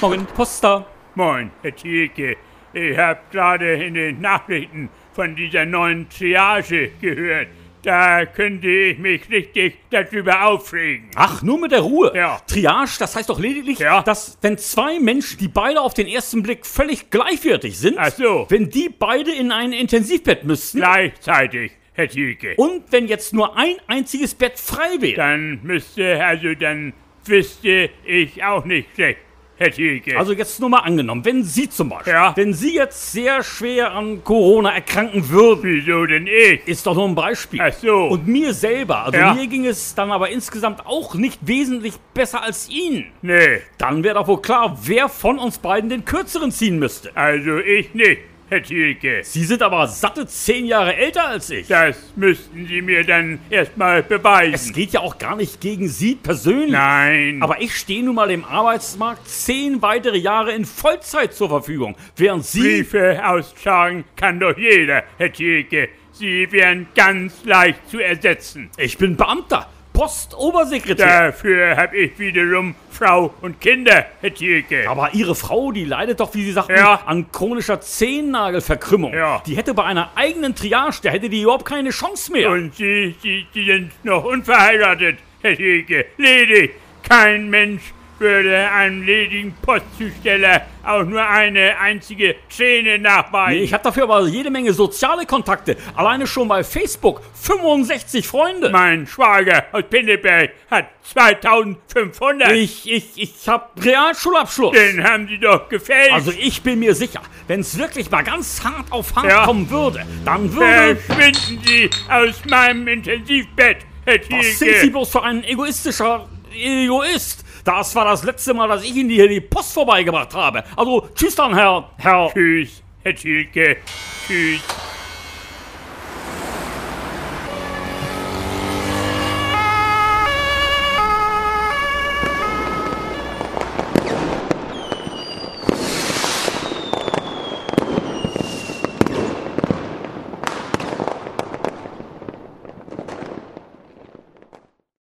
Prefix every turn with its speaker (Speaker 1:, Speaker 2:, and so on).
Speaker 1: Moin, Poster.
Speaker 2: Moin, Herr Thielke. Ich habe gerade in den Nachrichten von dieser neuen Triage gehört. Da könnte ich mich richtig darüber aufregen.
Speaker 1: Ach, nur mit der Ruhe.
Speaker 2: Ja.
Speaker 1: Triage, das heißt doch lediglich,
Speaker 2: Ja.
Speaker 1: dass wenn zwei Menschen, die beide auf den ersten Blick völlig gleichwertig sind,
Speaker 2: Ach so.
Speaker 1: wenn die beide in ein Intensivbett müssten
Speaker 2: Gleichzeitig, Herr Thielke.
Speaker 1: und wenn jetzt nur ein einziges Bett frei wäre.
Speaker 2: Dann müsste, also dann wüsste ich auch nicht schlecht, Herr Thielke.
Speaker 1: Also jetzt nur mal angenommen, wenn Sie zum Beispiel,
Speaker 2: Ja.
Speaker 1: wenn Sie jetzt sehr schwer an Corona erkranken würden,
Speaker 2: Wieso denn ich?
Speaker 1: ist doch nur ein Beispiel.
Speaker 2: Ach so.
Speaker 1: Und mir selber, also
Speaker 2: Ja.
Speaker 1: mir ging es dann aber insgesamt auch nicht wesentlich besser als Ihnen.
Speaker 2: Nee,
Speaker 1: Dann wäre doch wohl klar, wer von uns beiden den kürzeren ziehen müsste.
Speaker 2: also ich nicht, Herr Thielke.
Speaker 1: Sie sind aber satte zehn Jahre älter als ich.
Speaker 2: Das müssten Sie mir dann erstmal
Speaker 1: Es
Speaker 2: beweisen.
Speaker 1: geht ja auch gar nicht gegen Sie persönlich.
Speaker 2: Nein.
Speaker 1: Aber ich stehe nun mal im Arbeitsmarkt zehn weitere Jahre in Vollzeit zur Verfügung, während Sie...
Speaker 2: Briefe austragen kann doch jeder, Herr Thielke. Sie wären ganz leicht zu ersetzen.
Speaker 1: Ich bin Beamter, Postobersekretär.
Speaker 2: Dafür habe ich wiederum Frau und Kinder, Herr Thielke.
Speaker 1: Aber Ihre Frau, die leidet doch, wie Sie sagten,
Speaker 2: Ja.
Speaker 1: an chronischer Zehennagelverkrümmung.
Speaker 2: Ja.
Speaker 1: Die hätte bei einer eigenen Triage, da hätte die überhaupt keine Chance mehr.
Speaker 2: Und Sie, Sie, Sie sind noch unverheiratet, Herr Thielke. Ledig. Kein Mensch würde einem ledigen Postzusteller auch nur eine einzige Träne nachweisen.
Speaker 1: Nee, ich habe dafür aber jede Menge soziale Kontakte. Alleine schon bei Facebook 65 Freunde.
Speaker 2: Mein Schwager aus Pinneberg hat 2500.
Speaker 1: Ich, ich, ich hab Realschulabschluss.
Speaker 2: Den haben Sie doch gefällt.
Speaker 1: Also ich bin mir sicher, wenn es wirklich mal ganz hart auf hart
Speaker 2: Ja.
Speaker 1: kommen würde, dann würde...
Speaker 2: Verschwinden Sie Uh, aus meinem Intensivbett, Herr
Speaker 1: Was sind Sie
Speaker 2: Thielke.
Speaker 1: bloß für ein egoistischer Egoist? Das war das letzte Mal, dass ich Ihnen hier die Post vorbeigebracht habe. Also tschüss dann, Herr... Herr...
Speaker 2: Tschüss, Herr Thielke. Tschüss.